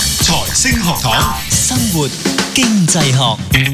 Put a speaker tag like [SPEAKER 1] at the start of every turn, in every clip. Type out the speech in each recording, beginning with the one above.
[SPEAKER 1] 星學堂，
[SPEAKER 2] 生活經濟學，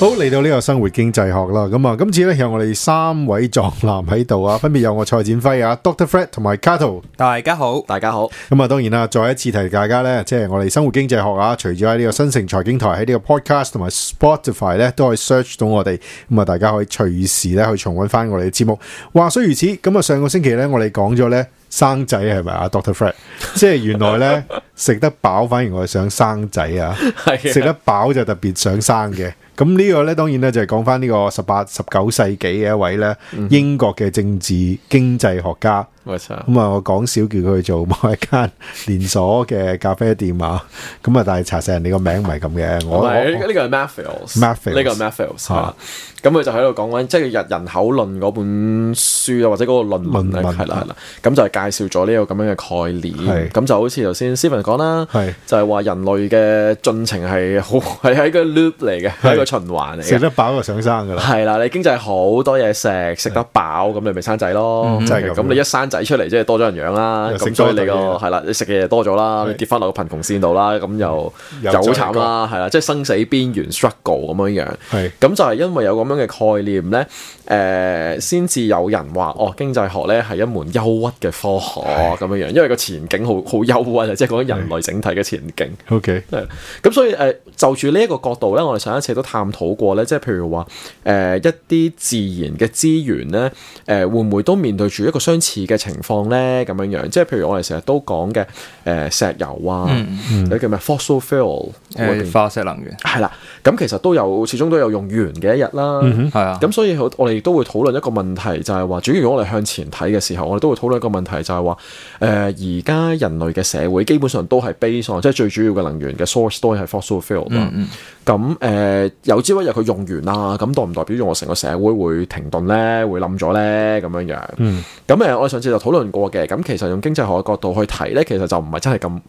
[SPEAKER 3] 好嚟到呢個生活經濟學啦，咁啊，今次咧有我哋三位壯男喺度啊，分別有我蔡展輝啊、Doctor Fred 同埋 Cato。
[SPEAKER 4] 大家好，大家好，
[SPEAKER 3] 咁啊，當然啦，再一次提大家咧，即係我哋生活經濟學啊，除咗喺呢個新城財經台喺呢個 podcast 同埋 Spotify 咧，都可以 search 到我哋，咁啊，大家可以隨時咧去重溫翻我哋嘅節目。話雖如此，咁啊，上個星期咧，我哋講咗咧生仔係咪啊，Doctor Fred？即係原來咧食得飽，反而我係想生仔啊，
[SPEAKER 4] 係
[SPEAKER 3] 食得飽就特別想生嘅。咁呢個咧，當然咧就係講翻呢個十八、十九世紀嘅一位咧英國嘅政治經濟學家。
[SPEAKER 4] 我錯，
[SPEAKER 3] 咁啊，我講少叫佢做某一間連鎖嘅咖啡店啊，咁啊，但係查實人哋個名唔係咁嘅，我
[SPEAKER 4] 唔
[SPEAKER 3] 我
[SPEAKER 4] 係呢個係 Matthews，
[SPEAKER 3] Matthews
[SPEAKER 4] 呢個係 Matthews 係
[SPEAKER 3] 啊
[SPEAKER 4] 啦咁佢就喺度講緊，即係人人口論嗰本書啊，或者嗰個論
[SPEAKER 3] 論文
[SPEAKER 4] 文咧，係啦係啦，咁就係介紹咗呢個咁樣嘅概
[SPEAKER 3] 係
[SPEAKER 4] 念，咁就好似頭先 Stephen 講啦
[SPEAKER 3] 係，
[SPEAKER 4] 就係話人類嘅進程係好係喺個 loop 嚟嘅，係一個循環嚟
[SPEAKER 3] 食
[SPEAKER 4] 嘅。
[SPEAKER 3] 得飽就想生噶啦，
[SPEAKER 4] 係啦，你經濟好多嘢食，食得飽，咁你咪生仔咯。
[SPEAKER 3] 嗯真係咁
[SPEAKER 4] 咁你一生仔出嚟，即係多咗人養啦。
[SPEAKER 3] 又食
[SPEAKER 4] 咁所以
[SPEAKER 3] 多咗
[SPEAKER 4] 你個
[SPEAKER 3] 嘢
[SPEAKER 4] 係啦，你食嘅嘢多咗啦，
[SPEAKER 3] 係
[SPEAKER 4] 你跌翻落個貧窮線度啦，咁又
[SPEAKER 3] 又
[SPEAKER 4] 又好
[SPEAKER 3] 再一
[SPEAKER 4] 慘
[SPEAKER 3] 個
[SPEAKER 4] 啦，係啦，即係生死邊緣 struggle 咁樣樣。
[SPEAKER 3] 係
[SPEAKER 4] 咁就係因為有咁樣嘅概念咧，誒、先至有人話哦，經濟學咧係一門憂鬱嘅科學咁樣樣，因為個前景好好憂鬱啊，即係講緊人類整體嘅前景。
[SPEAKER 3] OK，
[SPEAKER 4] 係咁所以誒、呃就住呢一個角度咧，我哋上一次都探討過咧，即係譬如話誒、呃一啲自然嘅資源咧，誒、會唔會都面對住一個相似嘅情況咧？咁樣樣，即係譬如我哋成日都講嘅誒石油啊，有啲叫咩 fossil fuel 嗰邊
[SPEAKER 5] 誒化石能源
[SPEAKER 4] 係啦，咁其實都有始終都有用完嘅一日啦。
[SPEAKER 5] 係啊，
[SPEAKER 4] 咁所以我我哋都會討論一個問題，就係話，主要如果我哋向前睇嘅時候，我哋都會討論一個問題，就係話，誒而家人類嘅社會基本上都係 base on，即係最主要嘅能源嘅 source 都係 fossil fuel 啦。咁誒、呃有朝一日佢用完啦，咁代唔代表我成個社會會停頓咧，會冧咗咧咁樣樣？嗯。咁誒、呃我哋上次就討論過嘅，咁其實用經濟學嘅角度去睇咧，其實就唔係真係咁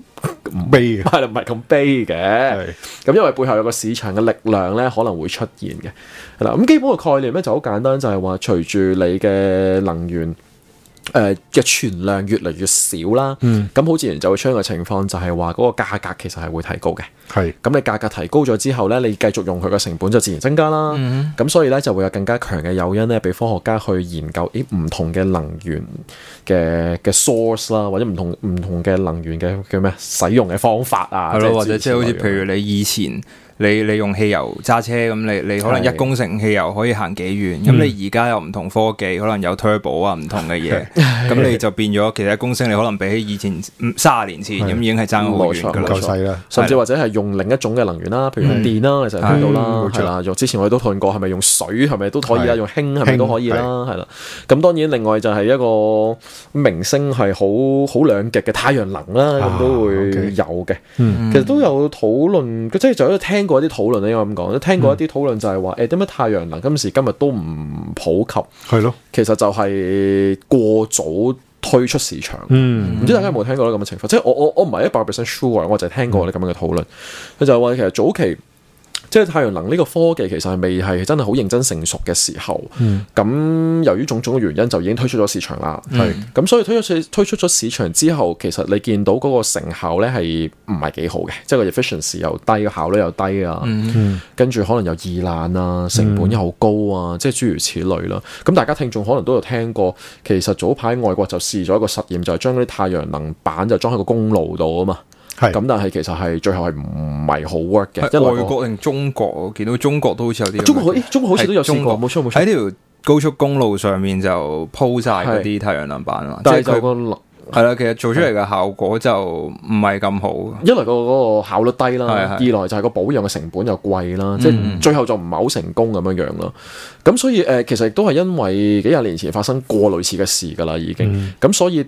[SPEAKER 3] 悲啊，
[SPEAKER 4] 係啦，唔係咁悲嘅
[SPEAKER 3] 係。
[SPEAKER 4] 咁因為背後有個市場嘅力量咧，可能會出現嘅。係啦，咁基本嘅概念咧就好簡單，就係話隨住你嘅能源。誒嘅存量越嚟越少啦，
[SPEAKER 5] 嗯
[SPEAKER 4] 咁好、自然就會出現個情況，就係話嗰個價格其實係會提高嘅。
[SPEAKER 3] 係
[SPEAKER 4] 咁你價格提高咗之後咧，你繼續用佢嘅成本就自然增加啦。
[SPEAKER 5] 嗯
[SPEAKER 4] 咁、所以咧就會有更加強嘅誘因咧，俾科學家去研究咦唔同嘅能源嘅嘅 source 啦，或者唔同唔同嘅能源嘅叫咩使用嘅方法啊，
[SPEAKER 5] 係咯，或
[SPEAKER 4] 諸如
[SPEAKER 5] 者即係好似
[SPEAKER 4] 此類咁
[SPEAKER 5] 譬如你以前你你用汽油揸車咁，你你可能
[SPEAKER 4] 係嗯
[SPEAKER 5] 一公升汽油可以行幾遠，咁你而家有唔同科技，可能有 turbo 啊唔同嘅 嘢，咁你就變咗其實一公升你可能比起以前嗯三十年前咁已經係爭好
[SPEAKER 4] 冇
[SPEAKER 5] 遠
[SPEAKER 4] 錯
[SPEAKER 5] 噶
[SPEAKER 3] 唔
[SPEAKER 4] 冇
[SPEAKER 3] 夠
[SPEAKER 4] 錯
[SPEAKER 5] 啦。
[SPEAKER 3] 細啦，
[SPEAKER 4] 甚至或者係用另一種嘅能源啦，譬如用電啦，你成日聽到啦
[SPEAKER 3] 嗯，
[SPEAKER 4] 係啦。用之前我哋都討論過，係咪用水係咪都可以啦，
[SPEAKER 3] 係
[SPEAKER 4] 用氫係咪都可以啦，係啦。咁當然另外就係一個明星係好好兩極嘅太陽能啦，
[SPEAKER 3] 啊
[SPEAKER 4] 咁都會
[SPEAKER 3] OK 嗯
[SPEAKER 4] 有嘅。其實都有討論，即係就有聽過一啲討論咧，應該咁講，聽過一啲討論就係話誒點解太陽能今時今日都唔普及，
[SPEAKER 3] 係咯，
[SPEAKER 4] 其實就係過早推出市場。
[SPEAKER 3] 嗯，
[SPEAKER 4] 唔知大家有冇聽過呢咁嘅情況？即係我我我唔係一百 percent sure，我就啊係聽過呢咁樣嘅討論。佢就係話其實早期即係太陽能呢個科技其實係未係真係好認真成熟嘅時候。咁、由於種種嘅原因，就已經推出咗市場啦。係咁，所以推出市推出咗市場之後，其實你見到嗰個成效咧係唔係幾好嘅？即係個 efficiency 又低，個效率又低啊。
[SPEAKER 5] 嗯
[SPEAKER 4] 跟住可能又易爛啊，成本又好高啊，即係諸如此類啦。咁大家聽眾可能都有聽過，其實早排外國就試咗一個實驗，就係將嗰啲太陽能板就裝喺個公路度啊嘛。
[SPEAKER 3] 係
[SPEAKER 4] 咁，但係其實係最後係唔係好 work 嘅，一來
[SPEAKER 5] 外
[SPEAKER 4] 個
[SPEAKER 5] 國定中國，我見到中國都好似有啲咁嘅
[SPEAKER 4] 中國好，咦中國好似都有試
[SPEAKER 5] 中
[SPEAKER 4] 過，
[SPEAKER 5] 國
[SPEAKER 4] 冇錯冇錯。
[SPEAKER 5] 喺條高速公路上面就鋪晒嗰啲太陽能板啊，即
[SPEAKER 4] 但
[SPEAKER 5] 係
[SPEAKER 4] 係就
[SPEAKER 5] 佢
[SPEAKER 4] 個能
[SPEAKER 5] 係啦，其實做出嚟嘅效果就唔係咁好。
[SPEAKER 4] 一來個嗰個效率低啦，
[SPEAKER 5] 係嗯係
[SPEAKER 4] 二來就係個保養嘅成本又貴啦，即係最後就唔係好成功咁樣樣咯。咁所以誒、呃其實亦都係因為幾廿年前發生過類似嘅事㗎啦，已經。
[SPEAKER 5] 嗯
[SPEAKER 4] 咁、所以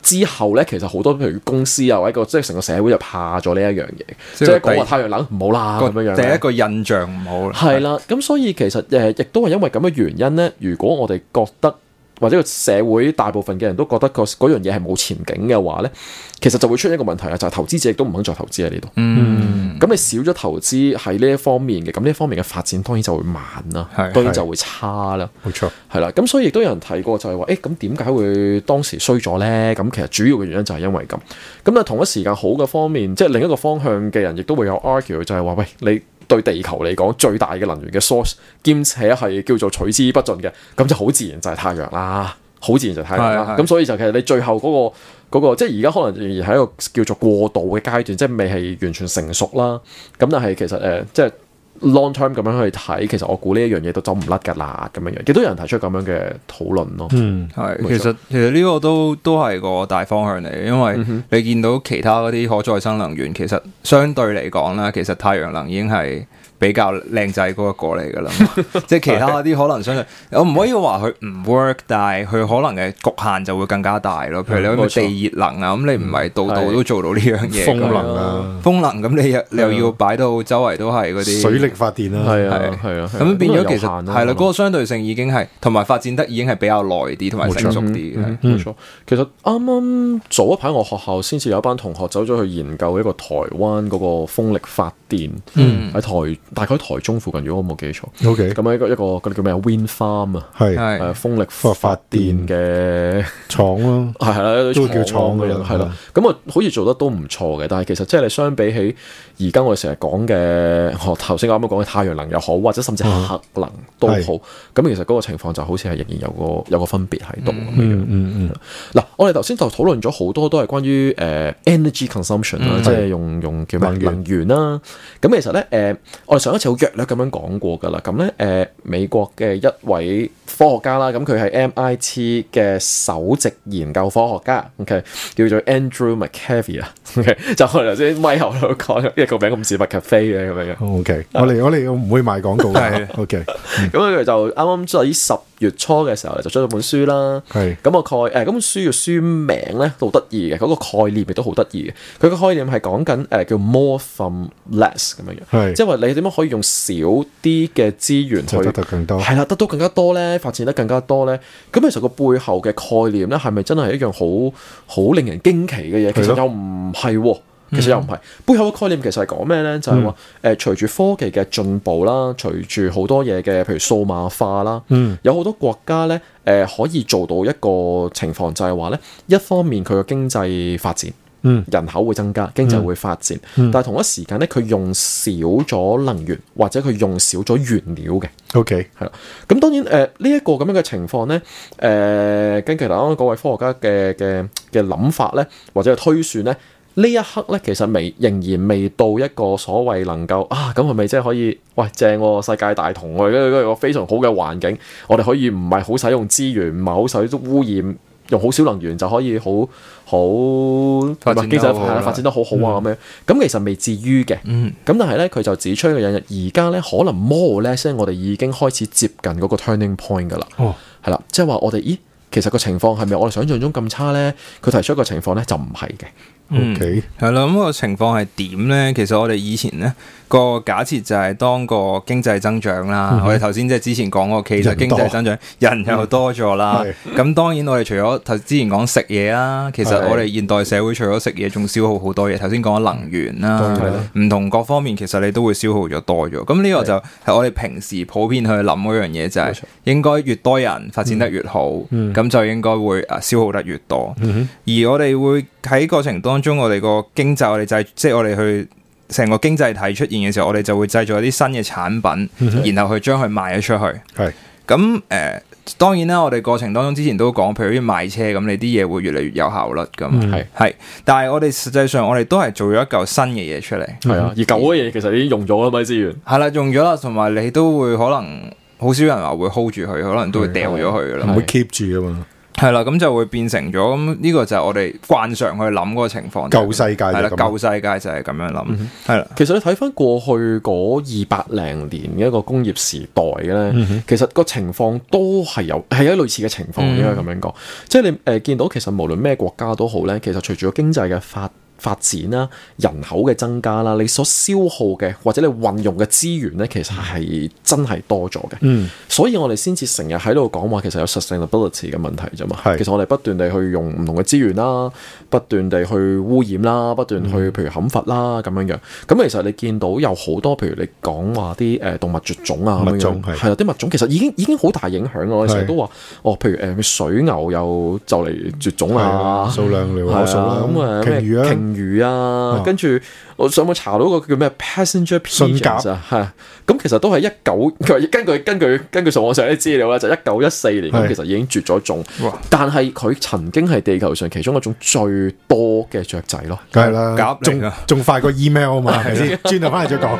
[SPEAKER 4] 之後咧，其實好多譬如公司啊，或者個即係成個社會就怕咗呢一樣嘢，
[SPEAKER 5] 即
[SPEAKER 4] 即
[SPEAKER 5] 係
[SPEAKER 4] 係講
[SPEAKER 5] 第
[SPEAKER 4] 話太陽能唔好啦咁
[SPEAKER 5] 個
[SPEAKER 4] 樣樣。
[SPEAKER 5] 第一個印象唔好啦。
[SPEAKER 4] 係啦，咁所以其實誒，亦都係因為咁嘅原因咧。如果我哋覺得或者個社會大部分嘅人都覺得個嗰樣嘢係冇前景嘅話咧，其實就會出現一個問題啊，就係、投資者亦都唔肯再投資喺呢度。
[SPEAKER 5] 嗯，
[SPEAKER 4] 咁你少咗投資喺呢一方面嘅，咁呢一方面嘅發展當然就會慢啦，
[SPEAKER 5] 係
[SPEAKER 4] 當然就會差啦。
[SPEAKER 3] 冇錯，
[SPEAKER 4] 係啦，咁所以亦都有人提過就係話，誒咁點解會當時衰咗呢？咁其實主要嘅原因就係因為咁。咁但係同一時間好嘅方面，即係另一個方向嘅人亦都會有 argue 就係話，喂，你對地球嚟講最大嘅能源嘅 source，兼且係叫做取之不盡嘅，咁就好自然就係太陽啦，好自然就係太陽啦。
[SPEAKER 5] 係係
[SPEAKER 4] 咁所以就其實你最後嗰、個。嗰、個即係而家可能仍然係一個叫做過渡嘅階段，即係未係完全成熟啦。咁但係其實誒、呃即係 long term 咁樣去睇，其實我估呢一樣嘢都走唔甩㗎啦，咁樣樣，亦都有人提出咁樣嘅討論咯。
[SPEAKER 3] 嗯，
[SPEAKER 5] 係，
[SPEAKER 4] 冇
[SPEAKER 5] 其實其實呢個都都係個大方向嚟，因
[SPEAKER 4] 嗯
[SPEAKER 5] 為你見到其他嗰啲可再生能源，其實相對嚟講啦，其實太陽能已經係比較靚仔嗰一個嚟噶啦， 即係其他嗰啲可能相對，我唔可以話佢唔 work，但係佢可能嘅局限就會更加大咯。譬如你
[SPEAKER 4] 嗯
[SPEAKER 5] 好
[SPEAKER 4] 冇
[SPEAKER 5] 似
[SPEAKER 4] 錯
[SPEAKER 5] 地熱能啊，咁你唔係度度
[SPEAKER 4] 係
[SPEAKER 5] 都做到呢樣嘢㗎。
[SPEAKER 3] 風能啊，
[SPEAKER 5] 風能咁你又你又要擺到周圍都係嗰啲
[SPEAKER 3] 水力發電啦，
[SPEAKER 4] 係啊
[SPEAKER 5] 係，
[SPEAKER 4] 係啊，
[SPEAKER 5] 咁變咗其實
[SPEAKER 4] 係
[SPEAKER 5] 係啦，嗰個相對性已經係同埋發展得已經係比較耐啲，同埋成熟啲嘅。
[SPEAKER 4] 嗯冇錯。其實啱啱早一排我學校先至有一班同學走咗去研究一個台灣嗰個風力發電，
[SPEAKER 5] 嗯
[SPEAKER 4] 喺台大概喺台中附近，如果我冇記錯，
[SPEAKER 3] ，OK，
[SPEAKER 4] 咁喺一個一個嗰啲叫咩 wind farm 啊，
[SPEAKER 3] 係
[SPEAKER 5] 係嗯
[SPEAKER 4] 誒風力發電嘅。
[SPEAKER 3] 廠咯，
[SPEAKER 4] 係係啦，
[SPEAKER 3] 都叫廠
[SPEAKER 4] 嘅
[SPEAKER 3] 㗎
[SPEAKER 4] 人
[SPEAKER 3] 啦
[SPEAKER 4] 係啦，咁啊好似做得都唔錯嘅，但係其實即係你相比起而家我哋成日講嘅，我頭先啱啱講嘅太陽能又好，或者甚至
[SPEAKER 3] 嗯
[SPEAKER 4] 核能都好，
[SPEAKER 3] 係
[SPEAKER 4] 咁其實嗰個情況就好似係仍然有個有個分別喺度咁樣。
[SPEAKER 3] 嗯嗯
[SPEAKER 4] 嗱，我哋頭先就討論咗好多都係關於誒、呃 energy consumption 啦、即係用用叫咩
[SPEAKER 3] 嗯能源
[SPEAKER 4] 能源啦。咁其實咧誒、呃我哋上一次好約略咁樣講過㗎啦。咁咧誒，美國嘅一位科學家啦，咁佢係 MIT 嘅首席研究科學家，OK，叫做 Andrew McCabe 啊，OK，就我哋頭先咪後都講，因為個名咁似麥咖啡嘅咁樣樣。
[SPEAKER 3] 嗯，OK，我哋我哋唔會賣廣告嘅
[SPEAKER 5] 係
[SPEAKER 3] ，OK，
[SPEAKER 4] 咁佢就啱啱喺十月初嘅時候就出咗本書啦。
[SPEAKER 3] 係
[SPEAKER 4] 咁個概誒咁本書嘅書名咧好得意嘅，嗰、個概念亦都好得意嘅。佢個概念係講緊誒叫 more from less 咁樣
[SPEAKER 3] 係
[SPEAKER 4] 樣，即係話你點樣可以用少啲嘅資源去
[SPEAKER 3] 就得到更多
[SPEAKER 4] 係啦，得到更加多咧，發展得更加多咧。咁其實個背後嘅概念咧，係咪真係一樣好好令人驚奇嘅嘢？其
[SPEAKER 3] 係咯嗯
[SPEAKER 4] 實又唔係喎。其實又唔係，背後嘅概念其實係講咩咧？就係話誒，隨住科技嘅進步啦，隨住好多嘢嘅，譬如數碼化啦，
[SPEAKER 3] 嗯
[SPEAKER 4] 有好多國家咧誒、呃可以做到一個情況，就係話咧，一方面佢嘅經濟發展。
[SPEAKER 3] 嗯
[SPEAKER 4] 人口會增加，經濟會發展，但係同一時間咧，佢用少咗能源或者佢用少咗原料嘅，
[SPEAKER 3] ，OK，
[SPEAKER 4] 係啦。咁當然誒呢一個咁樣嘅情況咧，誒、根據啱啱嗰位科學家嘅嘅嘅諗法咧，或者係推算咧，呢一刻咧其實未仍然未到一個所謂能夠啊咁係咪即係可以喂正喎、世界大同喎，跟住一個非常好嘅環境，我哋可以唔係好使用資源，唔係好使污染。用好少能源就可以好好
[SPEAKER 5] 發展得
[SPEAKER 4] 經濟
[SPEAKER 5] 好好啦
[SPEAKER 4] 發展得好好啊咁樣，咁其實未至於嘅，
[SPEAKER 5] 嗯，
[SPEAKER 4] 咁但係咧，佢就指出一個引而家咧可能 more or less 咧，我哋已經開始接近嗰個 turning point 噶啦，
[SPEAKER 3] 哦，
[SPEAKER 4] 係啦，即係話我哋咦，其實個情況係咪我哋想象中咁差咧？佢提出一個情況咧就唔係嘅，
[SPEAKER 3] OK
[SPEAKER 5] 係啦，嗯咁個啊情況係點呢？其實我哋以前呢個假設就係當個經濟增長啦，我哋頭先即係之前講嗰個 case
[SPEAKER 3] 嗯人多嗯
[SPEAKER 5] 經濟增長，人又多咗啦
[SPEAKER 3] 係。
[SPEAKER 5] 咁當然我哋除咗頭之前講食嘢啦，其實
[SPEAKER 4] 係
[SPEAKER 5] 我哋現代社會除咗食嘢，仲消耗好多嘢。頭先講咗能源
[SPEAKER 3] 當
[SPEAKER 5] 啦
[SPEAKER 3] 然係啦，
[SPEAKER 5] 唔同各方面其實你都會消耗咗多咗。咁呢個就係我哋平時普遍去諗嗰樣嘢，就
[SPEAKER 4] 冇
[SPEAKER 5] 係
[SPEAKER 4] 錯
[SPEAKER 5] 應該越多人發展得越好，
[SPEAKER 3] 嗯
[SPEAKER 5] 咁就應該會啊消耗得越多。
[SPEAKER 3] 嗯
[SPEAKER 5] 而我哋會喺過程當中，我哋個經濟，我哋製，即係我哋去成個經濟體出現嘅時候，我哋就會製造一啲新嘅產品，然後去將佢賣咗出去。
[SPEAKER 3] 哼，係
[SPEAKER 5] 咁誒、呃，當然啦，我哋過程當中之前都講，譬如啲賣車咁，你啲嘢會越嚟越有效率咁。
[SPEAKER 3] 嗯
[SPEAKER 4] 係
[SPEAKER 5] 係，但係我哋實際上我哋都係做咗一嚿新嘅嘢出嚟，
[SPEAKER 4] 係啊，而舊嗰嘢其實已經用咗啦嘛資源，
[SPEAKER 5] 係啦，用咗啦，同埋你都會可能好少人話會 hold 住佢，可能都會掉咗佢噶啦
[SPEAKER 3] 唔。會 keep 住噶嘛，
[SPEAKER 5] 係啦，咁就會變成咗咁呢個就係我哋慣常去諗嗰個情況。
[SPEAKER 3] 舊世界就
[SPEAKER 5] 係啦，
[SPEAKER 3] 咁嗯
[SPEAKER 5] 舊世界就係咁樣諗，係啦，
[SPEAKER 4] 其實你睇翻過去嗰二百零年嘅一個工業時代咧，其實個情況都係有係有類似嘅情況，應該咁樣講。即係你誒、呃、見到其實無論咩國家都好咧，其實隨住個經濟嘅發發展啦、人口嘅增加啦，你所消耗嘅或者你運用嘅資源咧，其實係真係多咗嘅。
[SPEAKER 3] 嗯，
[SPEAKER 4] 所以我哋先至成日喺度講話，其實有 sustainability 嘅問題啫嘛。
[SPEAKER 3] 係
[SPEAKER 4] 其實我哋不斷地去用唔同嘅資源啦，不斷地去污染啦，不斷去
[SPEAKER 3] 嗯
[SPEAKER 4] 譬如砍伐啦咁樣樣。咁其實你見到有好多譬如你講話啲誒動物絕種啊咁樣
[SPEAKER 3] 物種
[SPEAKER 4] 樣，
[SPEAKER 3] 係
[SPEAKER 4] 係啦，啲物種其實已經已經好大影響㗎啦。成日
[SPEAKER 3] 係
[SPEAKER 4] 都話哦，譬如誒、水牛又就嚟絕種啊
[SPEAKER 3] 係
[SPEAKER 4] 啦。
[SPEAKER 3] 數量嚟
[SPEAKER 4] 係
[SPEAKER 3] 話
[SPEAKER 4] 啊，
[SPEAKER 3] 數啦，
[SPEAKER 4] 咁啊，
[SPEAKER 3] 鯨
[SPEAKER 4] 咩
[SPEAKER 3] 魚
[SPEAKER 4] 鯨
[SPEAKER 3] 啊，
[SPEAKER 4] 魚啊，跟住我上網查到個叫咩 passenger
[SPEAKER 3] 信鴿
[SPEAKER 4] pigeons 啊，係咁其實都係一九，佢根據根據根據上網上啲資料咧，就一九一四年
[SPEAKER 3] 係
[SPEAKER 4] 咁其實已經絕咗種
[SPEAKER 5] 哇，
[SPEAKER 4] 但係佢曾經係地球上其中一種最多嘅雀仔咯。
[SPEAKER 3] 梗係啦，
[SPEAKER 5] 鴿嚟㗎
[SPEAKER 3] 仲仲快過 email 啊嘛，係咪先？轉頭翻嚟再講。